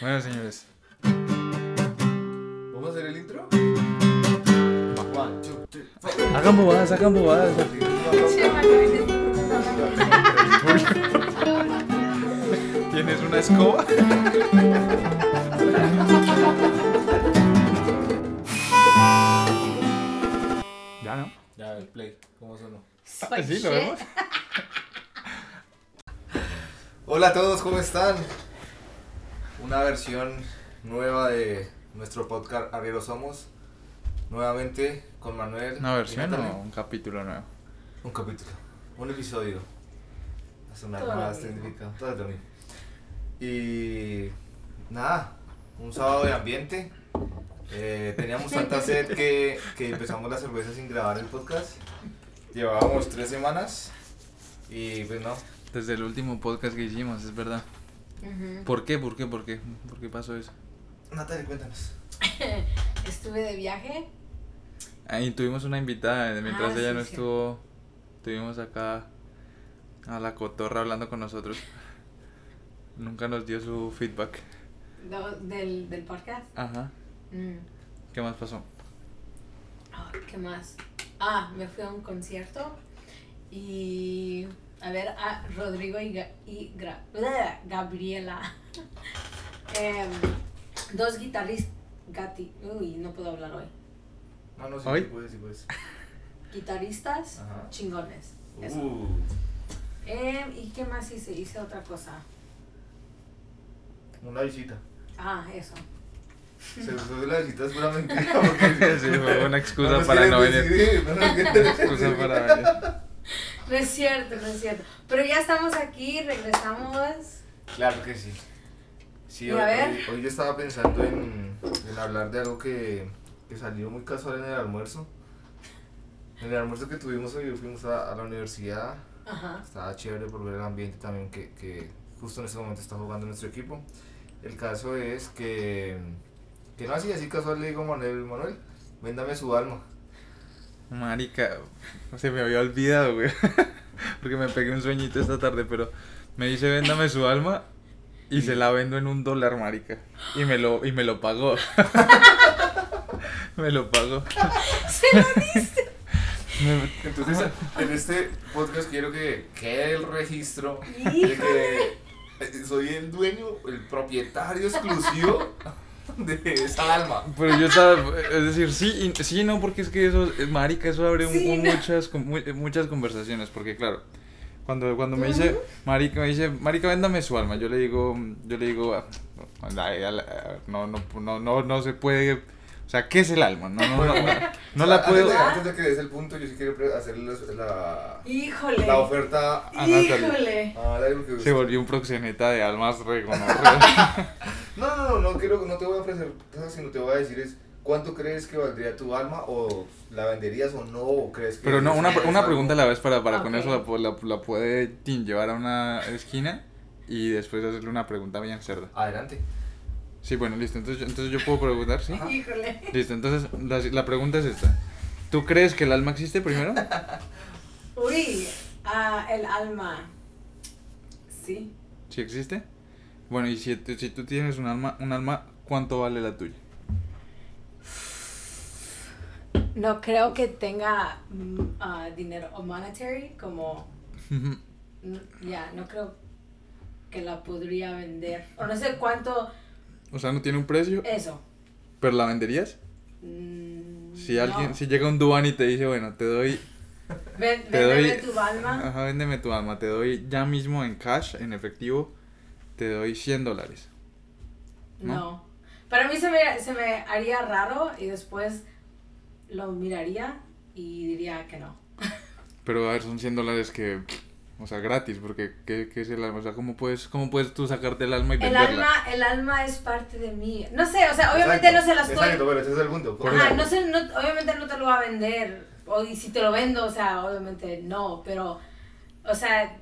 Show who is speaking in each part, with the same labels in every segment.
Speaker 1: Bueno, señores.
Speaker 2: ¿Vamos a hacer el intro? One, two, three, four.
Speaker 1: Hagan bobadas, hagan bobadas. ¿Tienes una escoba? ya, ¿no?
Speaker 2: Ya, el play, ¿cómo sonó?
Speaker 3: Pues
Speaker 1: Ah, sí, lo vemos.
Speaker 2: Hola a todos, ¿cómo están? Una versión nueva de nuestro podcast Arriero Somos. Nuevamente con Manuel.
Speaker 1: ¿Una versión
Speaker 2: Natalia.
Speaker 1: o un capítulo nuevo?
Speaker 2: Un capítulo, un episodio. A sonar
Speaker 3: Todo lo
Speaker 2: más
Speaker 3: mismo.
Speaker 2: técnica, todo lo mismo. Y nada, un sábado de ambiente. Eh, teníamos tanta sed que, que empezamos la cerveza sin grabar el podcast. Llevábamos tres semanas y pues no,
Speaker 1: Desde el último podcast que hicimos, es verdad.
Speaker 3: Ujú.
Speaker 1: ¿Por qué? ¿Por qué? ¿Por qué? ¿Por qué pasó eso?
Speaker 2: Natalia, cuéntanos.
Speaker 3: Estuve de viaje.
Speaker 1: Ahí tuvimos una invitada, eh, mientras
Speaker 3: Ah,
Speaker 1: ella
Speaker 3: sí,
Speaker 1: no
Speaker 3: sí.
Speaker 1: estuvo, tuvimos acá a la cotorra hablando con nosotros. Nunca nos dio su feedback.
Speaker 3: do- del, del podcast.
Speaker 1: Ajá.
Speaker 3: Mm.
Speaker 1: ¿Qué más pasó?
Speaker 3: Ah, ¿Qué más? Ah, me fui a un concierto y a ver a Rodrigo y, Ga- y Gra- bleh, Gabriela. Em, dos guitarristas. Gati. Uy, no puedo hablar hoy.
Speaker 2: No, no, sí,
Speaker 1: ¿Hoy?
Speaker 2: sí puedes, sí puedes.
Speaker 3: Guitarristas
Speaker 2: Ajá.
Speaker 3: chingones. Eso.
Speaker 2: Uh,
Speaker 3: Em, ¿Y qué más hice? Hice otra cosa.
Speaker 2: una visita.
Speaker 3: Ah, eso.
Speaker 2: Se usó de la visita es pura mentira. Porque
Speaker 1: Sí, fue una excusa
Speaker 2: nos
Speaker 1: para no
Speaker 2: quieren
Speaker 1: venir.
Speaker 2: recibir, no nos quieren
Speaker 1: Excusa
Speaker 2: recibir.
Speaker 1: para venir.
Speaker 3: No es cierto, no es cierto. Pero ya estamos aquí, regresamos.
Speaker 2: Claro que sí. Sí,
Speaker 3: Y
Speaker 2: hoy,
Speaker 3: a ver.
Speaker 2: hoy- hoy yo estaba pensando en, en hablar de algo que, que salió muy casual en el almuerzo. En el almuerzo que tuvimos hoy fuimos a, a la universidad.
Speaker 3: Ajá.
Speaker 2: Estaba chévere por ver el ambiente también que, que justo en este momento está jugando nuestro equipo. El caso es que, que no así, así casual le digo a Manuel, Manuel, véndame su alma.
Speaker 1: Marica, se me había olvidado, güey. Porque me pegué un sueñito esta tarde, pero me dice, véndame su alma y se la vendo en un dólar, marica. Y me lo, y me lo pagó. me lo pagó.
Speaker 3: Se lo
Speaker 1: Me-
Speaker 2: Entonces, en este podcast quiero que quede el registro de
Speaker 3: Hijo,
Speaker 2: que eh, soy el dueño, el propietario exclusivo de esa alma.
Speaker 1: Pero yo estaba, es decir, sí y, sí y no, porque es que eso, eh, marica, eso abre un-
Speaker 3: Sí,
Speaker 1: un-
Speaker 3: no.
Speaker 1: muchas, con- mu- eh, muchas conversaciones, porque claro, cuando, cuando me dice, marica, me dice, marica, véndame su alma, yo le digo, yo le digo, ah, la- la- no, no, no, no, no se puede, o sea, ¿qué es el alma? No, no, no, no, no la
Speaker 2: Antes
Speaker 1: puedo,
Speaker 2: de- Antes de que des el punto, yo sí quiero pre- hacerles la,
Speaker 3: híjole.
Speaker 2: la oferta
Speaker 1: a Natalie.
Speaker 3: Híjole.
Speaker 2: a Dale, porque-
Speaker 1: se volvió un proxeneta de almas reconoce.
Speaker 2: No, no, no, no, quiero, no te voy a ofrecer cosas, sino te voy a decir es cuánto crees que valdría tu alma o la venderías o no, o crees que...
Speaker 1: Pero no, una,
Speaker 2: es
Speaker 1: una
Speaker 2: algo-
Speaker 1: pregunta a la vez para, para con
Speaker 3: Ok.
Speaker 1: eso la, pu- la, la puede Tim llevar a una esquina y después hacerle una pregunta bien cerda.
Speaker 2: Adelante.
Speaker 1: Sí, bueno, listo. Entonces, yo- entonces yo puedo preguntar, ¿sí?
Speaker 3: Híjole.
Speaker 1: Listo, entonces la, la pregunta es esta. ¿Tú crees que el alma existe primero?
Speaker 3: Uy, ah, el alma. Sí.
Speaker 1: ¿Sí existe? Bueno, y si, tú- si tú tienes un alma, un alma, ¿cuánto vale la tuya?
Speaker 3: No creo que tenga mm, ah, dinero o monetary como. mm, Ya, no creo que la podría vender. O no sé cuánto.
Speaker 1: o sea, no tiene un precio,
Speaker 3: Eso.
Speaker 1: pero la venderías.
Speaker 3: Mm,
Speaker 1: Si alguien,
Speaker 3: no.
Speaker 1: si llega un duan y te dice, bueno, te doy,
Speaker 3: Ven,
Speaker 1: te doy-
Speaker 3: véndeme tu alma.
Speaker 1: ajá, véndeme tu alma, te doy ya mismo en cash, en efectivo, te doy 100 dólares. ¿no?
Speaker 3: ¿no? Para mí se me, se me haría raro y después lo miraría y diría que no.
Speaker 1: Pero a ver, son 100 dólares que, o sea, gratis, porque ¿qué, qué es el alma? O sea, ¿cómo puedes, cómo puedes tú sacarte el alma y
Speaker 3: El
Speaker 1: venderla?
Speaker 3: alma, el alma es parte de mí. No sé, o sea, obviamente
Speaker 2: Exacto,
Speaker 3: no se las
Speaker 2: Exacto,
Speaker 3: estoy...
Speaker 2: pero ese es el punto.
Speaker 3: Ajá, no sé, no, obviamente no te lo va a vender. O y si te lo vendo, o sea, obviamente no, pero, o sea,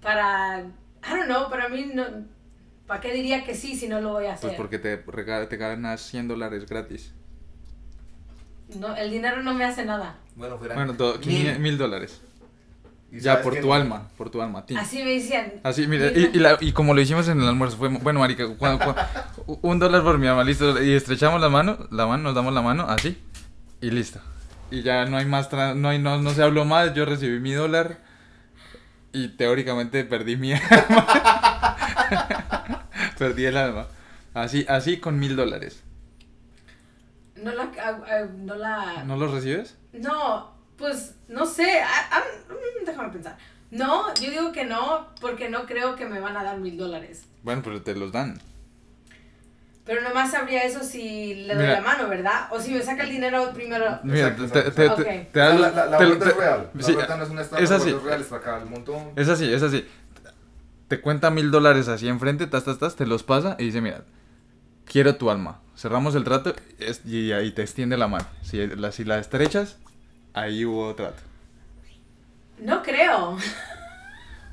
Speaker 3: para, I don't know, para mí no, ¿para qué diría que sí si no lo voy a hacer?
Speaker 1: Pues porque te, rega- te ganas 100 dólares gratis.
Speaker 3: no, el dinero no me hace nada.
Speaker 2: Bueno, fuera.
Speaker 1: Bueno, todo,
Speaker 2: Mil.
Speaker 1: 500 mil dólares.
Speaker 2: Y
Speaker 1: Ya,
Speaker 2: sabes
Speaker 1: por
Speaker 2: que
Speaker 1: tu
Speaker 2: no.
Speaker 1: alma, por tu alma, ti.
Speaker 3: Así me decían.
Speaker 1: Así, mira, y, y la- y como lo hicimos en el almuerzo, fue, bueno, marica, cua- cua- un dólar por mi alma, listo, y estrechamos la mano, la mano, nos damos la mano, así, y listo. Y ya no hay más, tra- no, hay, no, no se habló más, yo recibí mi dólar, y teóricamente perdí mi alma. perdí el alma. Así, así con mil dólares.
Speaker 3: No la. ah, ah, no la.
Speaker 1: ¿No los recibes?
Speaker 3: No, pues no sé. ah, ah, mm, déjame pensar. No, yo digo que no, porque no creo que me van a dar mil dólares.
Speaker 1: Bueno, pero te los dan.
Speaker 3: Pero nomás sabría eso si le doy
Speaker 1: Mira.
Speaker 3: la mano, ¿verdad? O si me saca el dinero primero.
Speaker 1: Mira, te,
Speaker 2: Exacto,
Speaker 1: te, te, te-
Speaker 3: exacto. Ok.
Speaker 1: te dan
Speaker 2: la,
Speaker 1: los-
Speaker 2: la, la
Speaker 1: te-
Speaker 2: vuelta
Speaker 1: te-
Speaker 2: es real. La
Speaker 1: sí,
Speaker 2: vuelta no es una estafa,
Speaker 1: es
Speaker 2: la
Speaker 1: así.
Speaker 2: vuelta es real, está acá el montón.
Speaker 1: Es así, es así. Te cuenta mil dólares así enfrente, tas, tas, tas, te los pasa y dice, mira, quiero tu alma. Cerramos el trato es- y ahí te extiende la mano. Si la, si la estrechas, ahí hubo trato.
Speaker 3: No creo.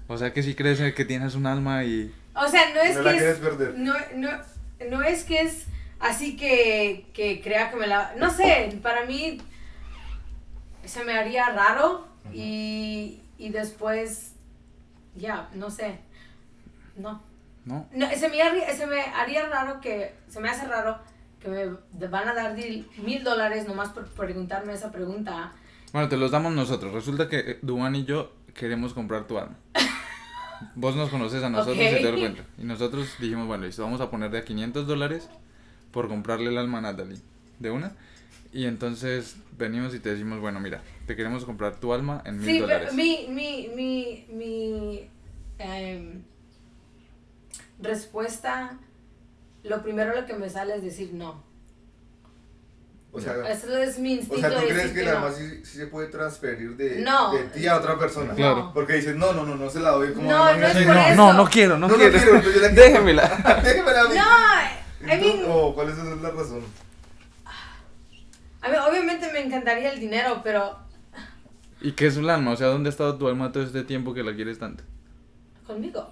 Speaker 1: O sea que si crees en que tienes un alma y...
Speaker 3: O sea, no es
Speaker 2: no la
Speaker 3: que es-
Speaker 2: quieres perder.
Speaker 3: no, no, no es que es así que, que crea que me la... No sé, para mí se me haría raro y, y después, ya, no sé, no.
Speaker 1: No,
Speaker 3: no se, me haría, se me haría raro que, se me hace raro que me van a dar di- mil dólares nomás por preguntarme esa pregunta.
Speaker 1: Bueno, te los damos nosotros. Resulta que eh, Duván y yo queremos comprar tu alma. Vos nos conoces a nosotros y te das
Speaker 3: Ok.
Speaker 1: cuenta. Y nosotros dijimos, bueno, listo, vamos a poner de a 500 dólares por comprarle el alma a Natalie. De una. Y entonces venimos y te decimos, bueno, mira, te queremos comprar tu alma en mil
Speaker 3: Sí, pero
Speaker 1: dólares.
Speaker 3: mi, mi, mi, mi em, respuesta, lo primero lo que me sale es decir no.
Speaker 2: O sea,
Speaker 3: Eso es mi
Speaker 2: o
Speaker 3: instinto
Speaker 2: sea, ¿tú
Speaker 3: de
Speaker 2: crees
Speaker 3: decir
Speaker 2: que
Speaker 3: que
Speaker 2: la
Speaker 3: no.
Speaker 2: alma sí, sí se puede transferir de,
Speaker 3: No.
Speaker 2: de ti a otra persona?
Speaker 1: Claro.
Speaker 2: Porque dices, no, no, no, no se la doy como
Speaker 3: No,
Speaker 2: alma
Speaker 3: no es
Speaker 2: mía.
Speaker 3: por
Speaker 1: no,
Speaker 3: eso.
Speaker 1: no, no quiero, no,
Speaker 2: No, no
Speaker 1: quiero.
Speaker 2: quiero, pero yo la quiero.
Speaker 1: Déjemela.
Speaker 2: Déjamela a mí.
Speaker 3: No, I mean,
Speaker 2: Oh, ¿cuál es esa es la razón?
Speaker 3: I mean, obviamente me encantaría el dinero, pero
Speaker 1: ¿Y qué es un alma? O sea, ¿dónde ha estado tu alma todo este tiempo que la quieres tanto?
Speaker 3: conmigo.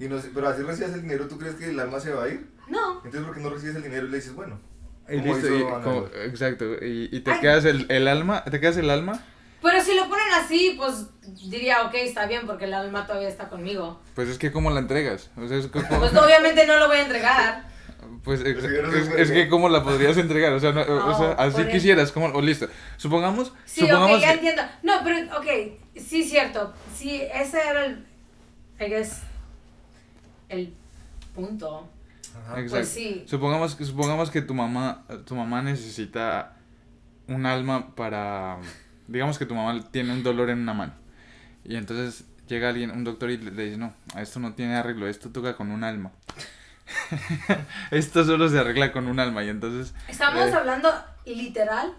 Speaker 2: Y no sé, pero así recibes el dinero, ¿tú crees que el alma se va a ir?
Speaker 3: No.
Speaker 2: Entonces, ¿por qué no recibes el dinero y le dices, bueno?
Speaker 1: Y
Speaker 2: como
Speaker 1: listo,
Speaker 2: hizo
Speaker 1: y
Speaker 2: Ana
Speaker 1: como-
Speaker 2: Laura?
Speaker 1: exacto. Y, y te
Speaker 3: Ay.
Speaker 1: quedas el, el alma, te quedas el alma,
Speaker 3: Pero si lo ponen así, pues diría, ok, está bien, porque el alma todavía está conmigo.
Speaker 1: pues es que cómo la entregas. O sea, es que como-
Speaker 3: Pues obviamente no lo voy a entregar.
Speaker 1: Pues ex-
Speaker 2: que yo no soy
Speaker 1: es,
Speaker 2: fuerte.
Speaker 1: es que cómo la podrías entregar, o sea, no, o- o sea,
Speaker 3: No,
Speaker 1: así
Speaker 3: por
Speaker 1: quisieras, como, o listo, supongamos,
Speaker 3: Sí,
Speaker 1: supongamos
Speaker 3: ok, ya
Speaker 1: que-
Speaker 3: entiendo. No, pero, ok, sí, cierto. Sí, ese era el. I guess. El punto.
Speaker 2: Ajá.
Speaker 1: Exacto.
Speaker 3: Pues sí.
Speaker 1: supongamos que supongamos que tu mamá tu mamá necesita un alma para digamos que tu mamá tiene un dolor en una mano. Y entonces llega alguien, un doctor y le, le dice, "No, a esto no tiene arreglo, esto toca con un alma." esto solo se arregla con un alma y entonces
Speaker 3: Estamos
Speaker 1: Eh.
Speaker 3: hablando literal.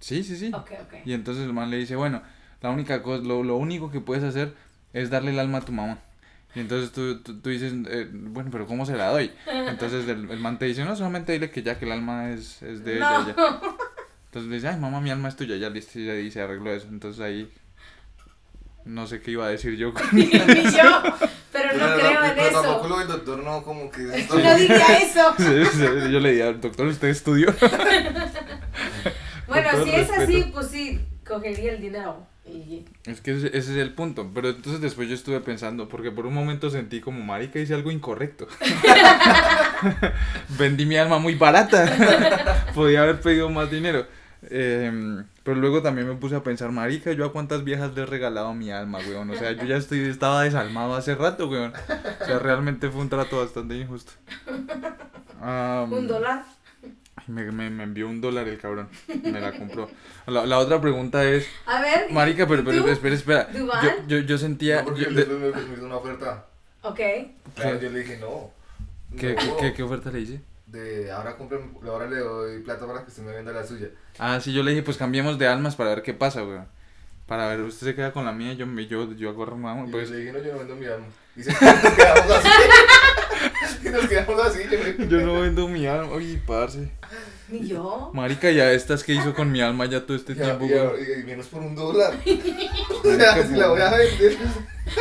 Speaker 1: sí, sí, sí.
Speaker 3: Ok, ok.
Speaker 1: Y entonces el man le dice, bueno, la única cosa, lo, lo único que puedes hacer es darle el alma a tu mamá. Y entonces tú, tú, tú dices, eh, bueno, pero ¿cómo se la doy? Entonces el, el man te dice, no, solamente dile que ya que el alma es, es de
Speaker 3: no.
Speaker 1: ella. ya". Entonces le dice, ay, mamá, mi alma es tuya, ya listo, y ahí se arregló eso. Entonces ahí, no sé qué iba a decir yo. con-
Speaker 3: Ni yo. Pero no creo en
Speaker 2: pero
Speaker 3: eso.
Speaker 2: tampoco lo del doctor no, como que.
Speaker 3: No diría eso.
Speaker 1: yo le dije, doctor, ¿usted estudió?
Speaker 3: Bueno,
Speaker 1: todo
Speaker 3: si
Speaker 1: el
Speaker 3: es así,
Speaker 1: respeto.
Speaker 3: pues sí, cogería el dinero. Y...
Speaker 1: Es que ese, ese es el punto. Pero entonces después yo estuve pensando, porque por un momento sentí como, marica, hice algo incorrecto. Vendí mi alma muy barata. Podía haber pedido más dinero. Em, pero luego también me puse a pensar, marica, yo a cuántas viejas le he regalado mi alma, weón. O sea, yo ya estoy, estaba desalmado hace rato, weón. O sea, realmente fue un trato bastante injusto. Am,
Speaker 3: Un dólar.
Speaker 1: y Me, me- me envió un dólar el cabrón. Me la compró. La- la otra pregunta es...
Speaker 3: A ver.
Speaker 1: Marica, pero, pero
Speaker 3: ¿tú?
Speaker 1: espera, espera.
Speaker 3: ¿Dubán?
Speaker 1: Yo, yo, yo sentía.
Speaker 2: No, porque
Speaker 1: yo-
Speaker 2: yo,
Speaker 1: de-
Speaker 2: me, me hizo una oferta.
Speaker 3: Ok.
Speaker 2: Claro,
Speaker 1: ¿Qué?
Speaker 2: yo le dije, no.
Speaker 1: ¿qué, qué-
Speaker 2: no,
Speaker 1: qué- qué oferta le hice?
Speaker 2: De ahora, cómprame- ahora le doy plata para que usted me venda la suya.
Speaker 1: Ah, sí, yo le dije, pues cambiemos de almas para ver qué pasa, weón. Para ver, usted se queda con la mía, yo, me- yo, yo agarro una alma,
Speaker 2: Y
Speaker 1: pues.
Speaker 2: yo le dije, no, yo no vendo mi alma. Y se, nos quedamos así. y nos quedamos así. Yo me...
Speaker 1: Yo no vendo mi alma, oye, parce.
Speaker 3: Ni yo.
Speaker 1: Marica, ya estas que hizo con mi alma ya todo este
Speaker 2: Y, a-
Speaker 1: tiempo,
Speaker 2: y a-
Speaker 1: weón.
Speaker 2: y menos por un dólar. o sea, si la voy a vender.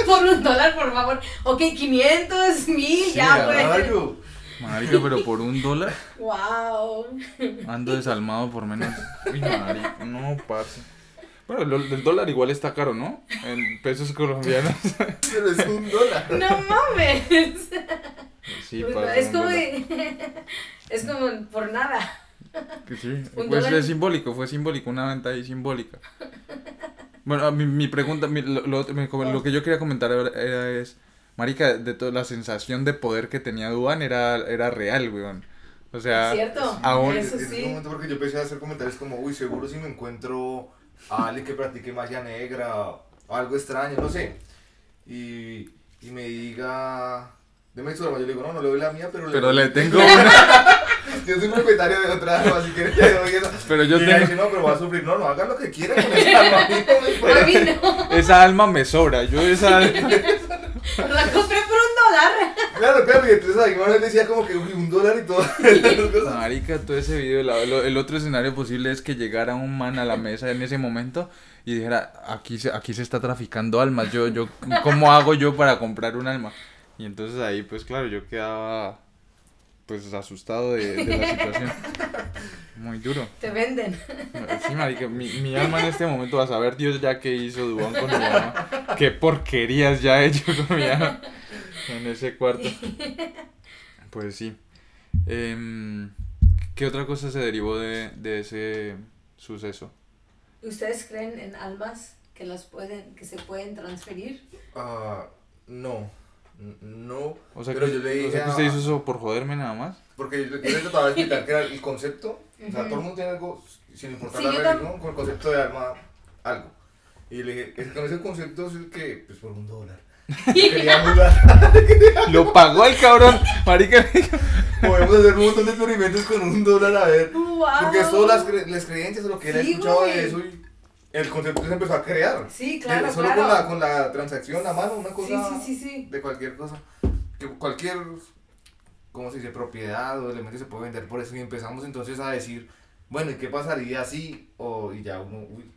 Speaker 3: Por un dólar, por favor. Ok, 500, mil, ya, pues.
Speaker 2: Caballo.
Speaker 1: Marica, pero por un dólar
Speaker 3: Wow.
Speaker 1: ando desalmado por menos. Uy, marica, no, parce. Bueno, el, el dólar igual está caro, ¿no? En pesos colombianos.
Speaker 2: Pero es un dólar.
Speaker 3: No mames.
Speaker 1: Sí,
Speaker 2: pues,
Speaker 3: Puta,
Speaker 1: pasa
Speaker 3: es
Speaker 1: un
Speaker 3: como
Speaker 1: dólar.
Speaker 3: de- es como por nada.
Speaker 1: Que sí,
Speaker 3: Un
Speaker 1: pues
Speaker 3: dólar.
Speaker 1: es simbólico, fue simbólico, una venta ahí simbólica. Bueno, a mi, mi pregunta, mi- lo, lo otro- mi- como- lo que yo quería comentar ahora era es, marica, de toda la sensación de poder que tenía Duan era, era real, weón. O sea,
Speaker 3: ¿Cierto?
Speaker 1: aún-
Speaker 3: Eso
Speaker 2: En ese
Speaker 3: sí.
Speaker 2: momento porque yo empecé a hacer comentarios como, uy, seguro si me encuentro a alguien que practique magia negra o algo extraño, no sé. Y, y me diga, deme su arma. Yo le digo, no, no le doy la mía, pero,
Speaker 1: pero
Speaker 2: doy-
Speaker 1: le tengo una,
Speaker 2: Yo soy propietario de otra arma, así que le doy esa.
Speaker 1: pero yo
Speaker 2: y ella
Speaker 1: tengo,
Speaker 2: dice, no, pero va a sufrir. No, no, haga lo que quiera con esa arma. A mí no me
Speaker 3: A mí
Speaker 2: importa.
Speaker 3: no.
Speaker 1: esa alma me sobra, yo esa alma,
Speaker 3: La compré por un dólar.
Speaker 2: Claro, claro, y entonces además él decía como que uy, un dólar y todas esas cosas.
Speaker 1: marica, todo ese video, la- lo- el otro escenario posible es que llegara un man a la mesa en ese momento y dijera, aquí se, aquí se está traficando almas, yo, yo, ¿cómo hago yo para comprar un alma? Y entonces ahí, pues claro, yo quedaba, pues asustado de, de la situación. Muy duro.
Speaker 3: Te venden.
Speaker 1: Sí, marica, mi, mi alma en este momento, a saber Dios ya qué hizo Dubón con mi alma, qué porquerías ya ha hecho con mi alma en ese cuarto. Pues sí. Em, ¿Qué otra cosa se derivó de, de ese suceso?
Speaker 3: ¿Ustedes creen en almas que las pueden, que se pueden transferir?
Speaker 2: Ah, no, N- no.
Speaker 1: O sea,
Speaker 2: Pero
Speaker 1: que,
Speaker 2: yo le
Speaker 1: o
Speaker 2: dije
Speaker 1: sea que
Speaker 2: a-
Speaker 1: usted hizo eso por joderme nada más.
Speaker 2: Porque yo, yo le trataba de explicar que era el concepto, o sea, todo el mundo tiene algo, sin importar
Speaker 3: Sí,
Speaker 2: la
Speaker 3: yo
Speaker 2: religión, con el concepto de alma, algo. Y le dije, es que con ese concepto es el que, pues por un dólar. Quería mudar.
Speaker 1: Lo pagó el cabrón, marica.
Speaker 2: Podemos hacer un montón de experimentos con un dólar a ver.
Speaker 3: ¡Wow!
Speaker 2: Porque es todas las, cre- las creencias, lo que él ha
Speaker 3: Sí,
Speaker 2: escuchado
Speaker 3: güey.
Speaker 2: de eso y el concepto se empezó a crear.
Speaker 3: Sí, claro,
Speaker 2: De- Solo
Speaker 3: claro.
Speaker 2: Con, la, con la transacción a mano, una cosa
Speaker 3: Sí, sí, sí,
Speaker 2: de cualquier cosa. Que cualquier, ¿cómo se dice? Propiedad o elemento se puede vender por eso. Y empezamos entonces a decir, bueno, ¿y qué pasaría si? O, y ya uno, uy.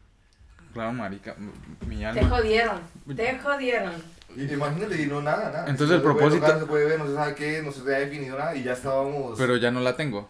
Speaker 1: Claro, marica, m- mi
Speaker 3: sí. Te
Speaker 1: alma.
Speaker 3: jodieron. Te jodieron.
Speaker 2: Y Imagínate, y no nada, nada.
Speaker 1: Entonces
Speaker 2: No
Speaker 1: el
Speaker 2: se puede
Speaker 1: propósito-
Speaker 2: tocar, No se puede ver, no se sabe qué, es, no se ha definido nada y ya estábamos.
Speaker 1: Pero ya no la tengo.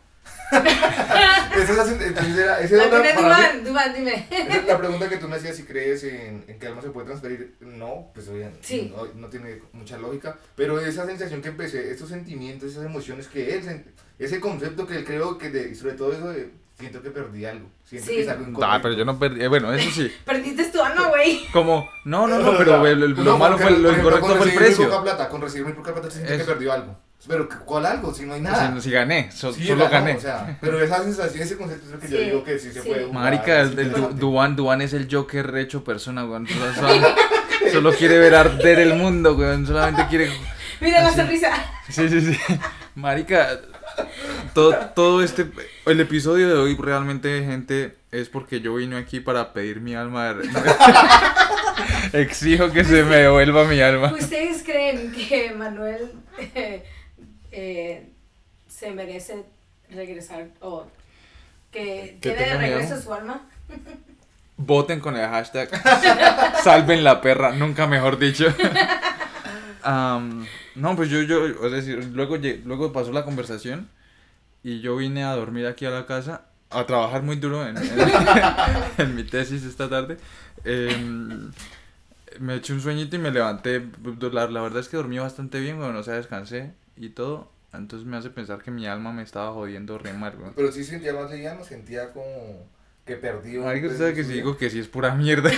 Speaker 2: Esa es la sen- entonces era, ese
Speaker 3: La
Speaker 2: era
Speaker 3: tiene
Speaker 2: para mí-
Speaker 3: Duban, Duban, dime.
Speaker 2: esa es la pregunta que tú me hacías si crees en, en que alma se puede transferir. No, pues obviamente
Speaker 3: Sí.
Speaker 2: no, no tiene mucha lógica. Pero esa sensación que empecé, estos sentimientos, esas emociones que él, sent- ese concepto que él creó, que de, sobre todo eso de siento que perdí algo. Siento
Speaker 3: Sí.
Speaker 2: que es algo
Speaker 1: Ah, pero yo no perdí. eh, Bueno, eso sí.
Speaker 3: Perdiste tu alma, güey.
Speaker 1: Como, no, no, no, pero el- el-
Speaker 2: No,
Speaker 1: lo malo
Speaker 2: porque,
Speaker 1: fue,
Speaker 2: por
Speaker 1: lo
Speaker 2: ejemplo,
Speaker 1: incorrecto
Speaker 2: con
Speaker 1: fue el
Speaker 2: recibir mi
Speaker 1: precio.
Speaker 2: poca plata, con recibir mi poca plata siento que
Speaker 1: Eso.
Speaker 2: perdió algo. Pero ¿cuál algo? Si no hay
Speaker 1: O sea,
Speaker 2: nada.
Speaker 1: no, Pues si gané, so-
Speaker 2: Sí,
Speaker 1: solo
Speaker 2: ganó,
Speaker 1: gané.
Speaker 2: o sea, pero esa sensación, ese concepto es lo que yo
Speaker 3: Sí,
Speaker 2: digo que sí se
Speaker 3: sí.
Speaker 2: puede. jugar,
Speaker 1: Marica,
Speaker 2: es
Speaker 1: el, el Du-
Speaker 2: interesante.
Speaker 1: Duan, Duan es el Joker recho persona, weón. Solo, solo- solo quiere ver arder el mundo, weón. Solamente quiere.
Speaker 3: Mira
Speaker 2: Ah,
Speaker 3: la
Speaker 1: Así.
Speaker 3: sonrisa.
Speaker 1: Sí, sí, sí. Marica, todo, todo este. El episodio de hoy realmente, gente, es porque yo vine aquí para pedir mi alma. de re- Exijo que se me devuelva mi alma.
Speaker 3: ¿Ustedes creen que Manuel eh, eh, se merece regresar o que,
Speaker 1: Que
Speaker 3: tiene
Speaker 1: tenga
Speaker 3: de
Speaker 1: mi
Speaker 3: regreso
Speaker 1: alma.
Speaker 3: su alma?
Speaker 1: Voten con el hashtag Salven la perra, nunca mejor dicho. Am, no, pues yo, yo, es decir, luego, lle- luego pasó la conversación y yo vine a dormir aquí a la casa, a trabajar muy duro en, en- en mi tesis esta tarde. Em, me eché un sueñito y me levanté. pues, La, la verdad es que dormí bastante bien, bueno, o sea, descansé y todo. Entonces me hace pensar que mi alma me estaba jodiendo re mal, weón.
Speaker 2: Pero sí sentía más liviano, sentía como que perdí. un
Speaker 1: Marica, usted
Speaker 2: peso
Speaker 1: sabe que si
Speaker 2: de su vida.
Speaker 1: digo que sí es pura mierda.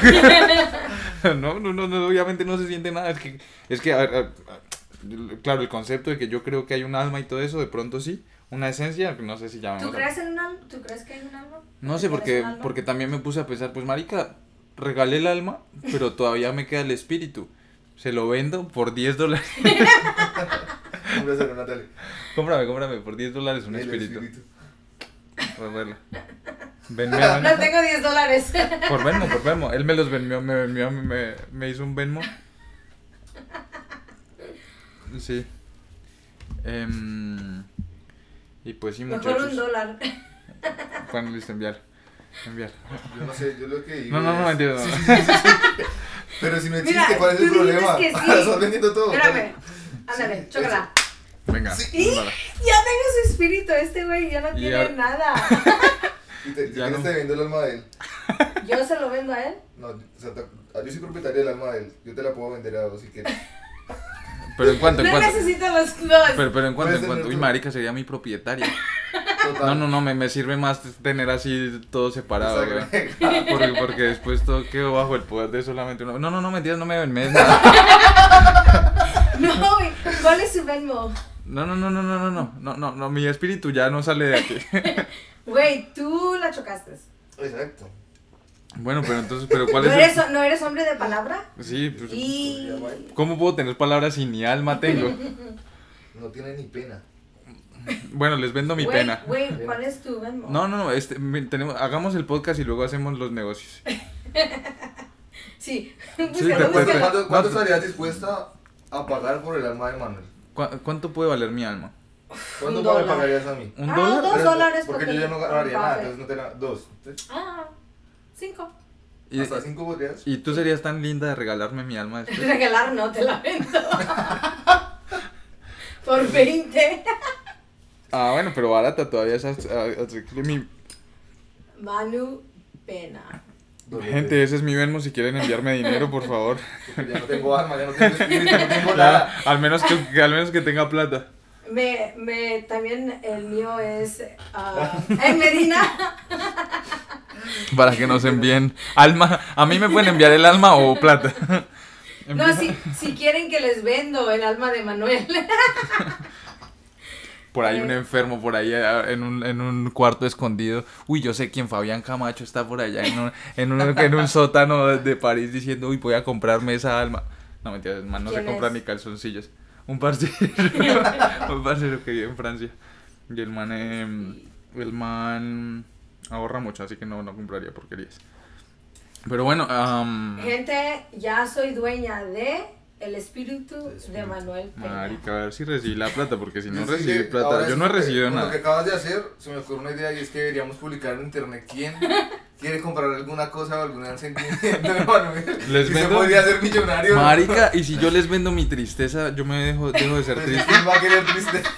Speaker 1: no, no, no, no, obviamente no se siente nada. Es que, es que, a ver, a- a- claro, el concepto de que yo creo que hay un alma y todo eso, de pronto sí, una esencia, no sé si llamamos.
Speaker 3: ¿Tú crees en un alma? ¿Tú crees que hay un alma?
Speaker 1: No sé,
Speaker 3: ¿Tú crees
Speaker 1: porque,
Speaker 3: en un alma?
Speaker 1: porque también me puse a pensar, pues marica, regalé el alma, pero todavía me queda el espíritu. Se lo vendo por 10 dólares.
Speaker 2: Un placer, Natalia.
Speaker 1: Cómprame, cómprame, por 10 dólares un
Speaker 2: El
Speaker 1: espíritu.
Speaker 2: espíritu.
Speaker 1: Por verlo. Venme a-
Speaker 3: No tengo 10 dólares.
Speaker 1: Por Venmo, por Venmo. Él me los venmió, me venmió, me, me hizo un Venmo. Sí. Em, y pues sí,
Speaker 3: Mejor un
Speaker 1: muchachos.
Speaker 3: dólar.
Speaker 1: Bueno, listo, enviar. Enviar.
Speaker 2: Yo no sé, yo lo que digo.
Speaker 1: No, no, no,
Speaker 2: es-
Speaker 1: mentira. no.
Speaker 2: Pero si no
Speaker 3: Mira,
Speaker 2: existe, ¿cuál es el
Speaker 3: tú dices
Speaker 2: problema?
Speaker 3: que sí.
Speaker 2: Estás vendiendo todo.
Speaker 3: Espérame. Ándale, chócala.
Speaker 1: Venga. Pues,
Speaker 3: Sí.
Speaker 1: vale.
Speaker 3: Ya tengo su espíritu, este güey ya no
Speaker 1: Y
Speaker 3: tiene
Speaker 1: ahora-
Speaker 3: nada.
Speaker 2: Y te,
Speaker 1: Ya
Speaker 2: ya
Speaker 1: no.
Speaker 2: no. te viendo el alma de él.
Speaker 3: Yo se lo vendo a él.
Speaker 2: No, o sea, te- yo soy propietario del alma de él. Yo te la puedo vender a dos si quieres.
Speaker 1: Pero en cuanto, en
Speaker 3: No
Speaker 1: cuanto.
Speaker 3: necesito los dos.
Speaker 1: Pero, pero en cuanto,
Speaker 2: Puedes
Speaker 1: en cuanto.
Speaker 2: tener
Speaker 1: Uy,
Speaker 2: tú.
Speaker 1: marica, sería mi propietaria. No,
Speaker 2: Total.
Speaker 1: no, no, me, me sirve más tener así todo separado, güey.
Speaker 2: Exacto.
Speaker 1: Porque, porque después todo quedó bajo el poder de solamente uno. No, no, no, mentiras, no me venmes nada.
Speaker 3: No, güey. ¿Cuál es su Venmo?
Speaker 1: No, no, no, no, no, no, no, no, no, no, mi espíritu ya no sale de aquí.
Speaker 3: Güey, tú la chocaste.
Speaker 2: Exacto.
Speaker 1: Bueno, pero entonces, pero ¿cuál
Speaker 3: ¿No
Speaker 1: es el-
Speaker 3: eres, no eres hombre de palabra?
Speaker 1: Sí, pues,
Speaker 3: Y.
Speaker 1: ¿cómo puedo tener palabras si ni alma tengo?
Speaker 2: No tiene ni pena.
Speaker 1: Bueno, les vendo mi
Speaker 3: güey,
Speaker 1: pena.
Speaker 3: Güey, ¿cuál es tu Venmo?
Speaker 1: No, no, no, este, mi- tenemos, hagamos el podcast y luego hacemos los negocios.
Speaker 3: Sí.
Speaker 1: Sí,
Speaker 3: Búscalo,
Speaker 1: te- te-
Speaker 3: búscalo.
Speaker 2: ¿Cuánto,
Speaker 1: no,
Speaker 2: cuánto
Speaker 1: tú-
Speaker 2: estarías dispuesta a pagar por el alma de Manuel?
Speaker 1: ¿Cu- ¿Cuánto puede valer mi alma?
Speaker 2: ¿Cuánto
Speaker 3: Un
Speaker 2: me
Speaker 3: dólar.
Speaker 2: pagarías a mí?
Speaker 1: ¿Un
Speaker 3: Ah,
Speaker 1: dólar?
Speaker 3: dos.
Speaker 2: Pero-
Speaker 3: dólares
Speaker 2: Porque
Speaker 3: por
Speaker 2: yo ya no ganaría
Speaker 3: un
Speaker 2: nada,
Speaker 3: café.
Speaker 2: entonces no te la- Dos. Entonces,
Speaker 3: Ah, cinco.
Speaker 1: Y,
Speaker 2: Hasta cinco podrías.
Speaker 1: y tú serías tan linda de regalarme mi alma después.
Speaker 3: Regalar no, te la vendo. Por 20.
Speaker 1: Ah, bueno, pero barata todavía es as- a- asequible mi-
Speaker 3: Manu Pena.
Speaker 1: Gente, ese es mi Venmo, si quieren enviarme dinero, por favor.
Speaker 2: Porque ya no tengo alma, ya no tengo espíritu, no tengo
Speaker 1: Ya,
Speaker 2: nada.
Speaker 1: al menos que, que al menos que tenga plata.
Speaker 3: Me, me, también el mío es ah, en Medina.
Speaker 1: Para que nos envíen alma. A mí me pueden enviar el alma o plata.
Speaker 3: No, si, si quieren que les vendo el alma de Manuel.
Speaker 1: Por ahí un enfermo, por ahí eh, en un, en un cuarto escondido. Uy, yo sé quién Fabián Camacho está por allá en un, en un, en un sótano de- de París diciendo, uy, voy a comprarme esa alma. No, mentiras, man, no se
Speaker 3: ¿Quién
Speaker 1: compran ni
Speaker 3: es?
Speaker 1: calzoncillos. Un parcero, un parcero que vive en Francia. Y el man, eh, el man ahorra mucho, así que no, no compraría porquerías. Pero bueno, am,
Speaker 3: Gente, ya soy dueña de el espíritu de
Speaker 2: Espíritu.
Speaker 3: Manuel Peña.
Speaker 1: marica, a ver si recibí la plata, porque si no
Speaker 2: Yo sí
Speaker 1: recibí
Speaker 2: que-
Speaker 1: plata,
Speaker 2: ahora
Speaker 1: yo
Speaker 2: sí
Speaker 1: no he
Speaker 2: que
Speaker 1: recibido
Speaker 2: con Lo que
Speaker 1: nada.
Speaker 2: acabas de hacer, se me ocurrió una idea y es que deberíamos publicar en internet quién quiere comprar alguna cosa o algún sentimiento de Manuel.
Speaker 1: Les
Speaker 2: y se
Speaker 1: vendo-
Speaker 2: podría ser millonario.
Speaker 1: Marica, y si yo les vendo mi tristeza, yo me dejo, dejo de ser
Speaker 2: Pues,
Speaker 1: triste.
Speaker 2: ¿Quién va a querer tristeza?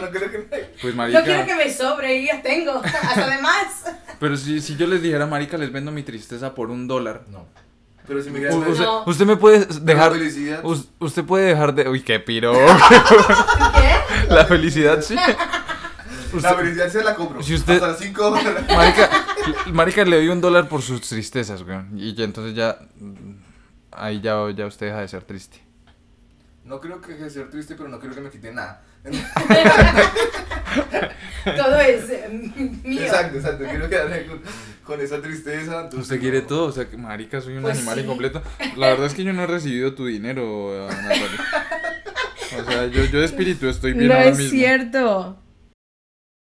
Speaker 2: No creo que nadie.
Speaker 1: Pues
Speaker 3: No quiero que
Speaker 1: marica,
Speaker 3: me sobre, yo ya tengo. Hasta de más.
Speaker 1: pero si, si yo les dijera, marica, les vendo mi tristeza por un dólar.
Speaker 2: No. Pero si me
Speaker 1: U-
Speaker 2: quieres
Speaker 1: usted,
Speaker 3: No.
Speaker 1: usted me puede dejar,
Speaker 2: La felicidad.
Speaker 1: us- usted puede dejar de, uy, qué piro,
Speaker 3: ¿Qué?
Speaker 1: la felicidad, sí.
Speaker 2: La
Speaker 1: Usted-
Speaker 2: felicidad se la compro.
Speaker 1: Si usted-
Speaker 2: Hasta 5 dólares.
Speaker 1: marica, marica, le doy un dólar por sus tristezas, güey, y ya, entonces ya, mm, ahí ya, ya usted deja de ser triste.
Speaker 2: No creo que sea ser triste, pero no creo que me quite nada.
Speaker 3: Todo es eh, mío.
Speaker 2: Exacto, exacto. Quiero quedarme con, con esa tristeza. entonces-
Speaker 1: Usted quiere todo, o sea, que marica, soy un
Speaker 3: Pues
Speaker 1: animal
Speaker 3: sí.
Speaker 1: incompleto. La verdad es que yo no he recibido tu dinero, eh, Natalia. O sea, yo, yo de espíritu estoy bien
Speaker 3: No
Speaker 1: ahora
Speaker 3: es
Speaker 1: mismo.
Speaker 3: cierto.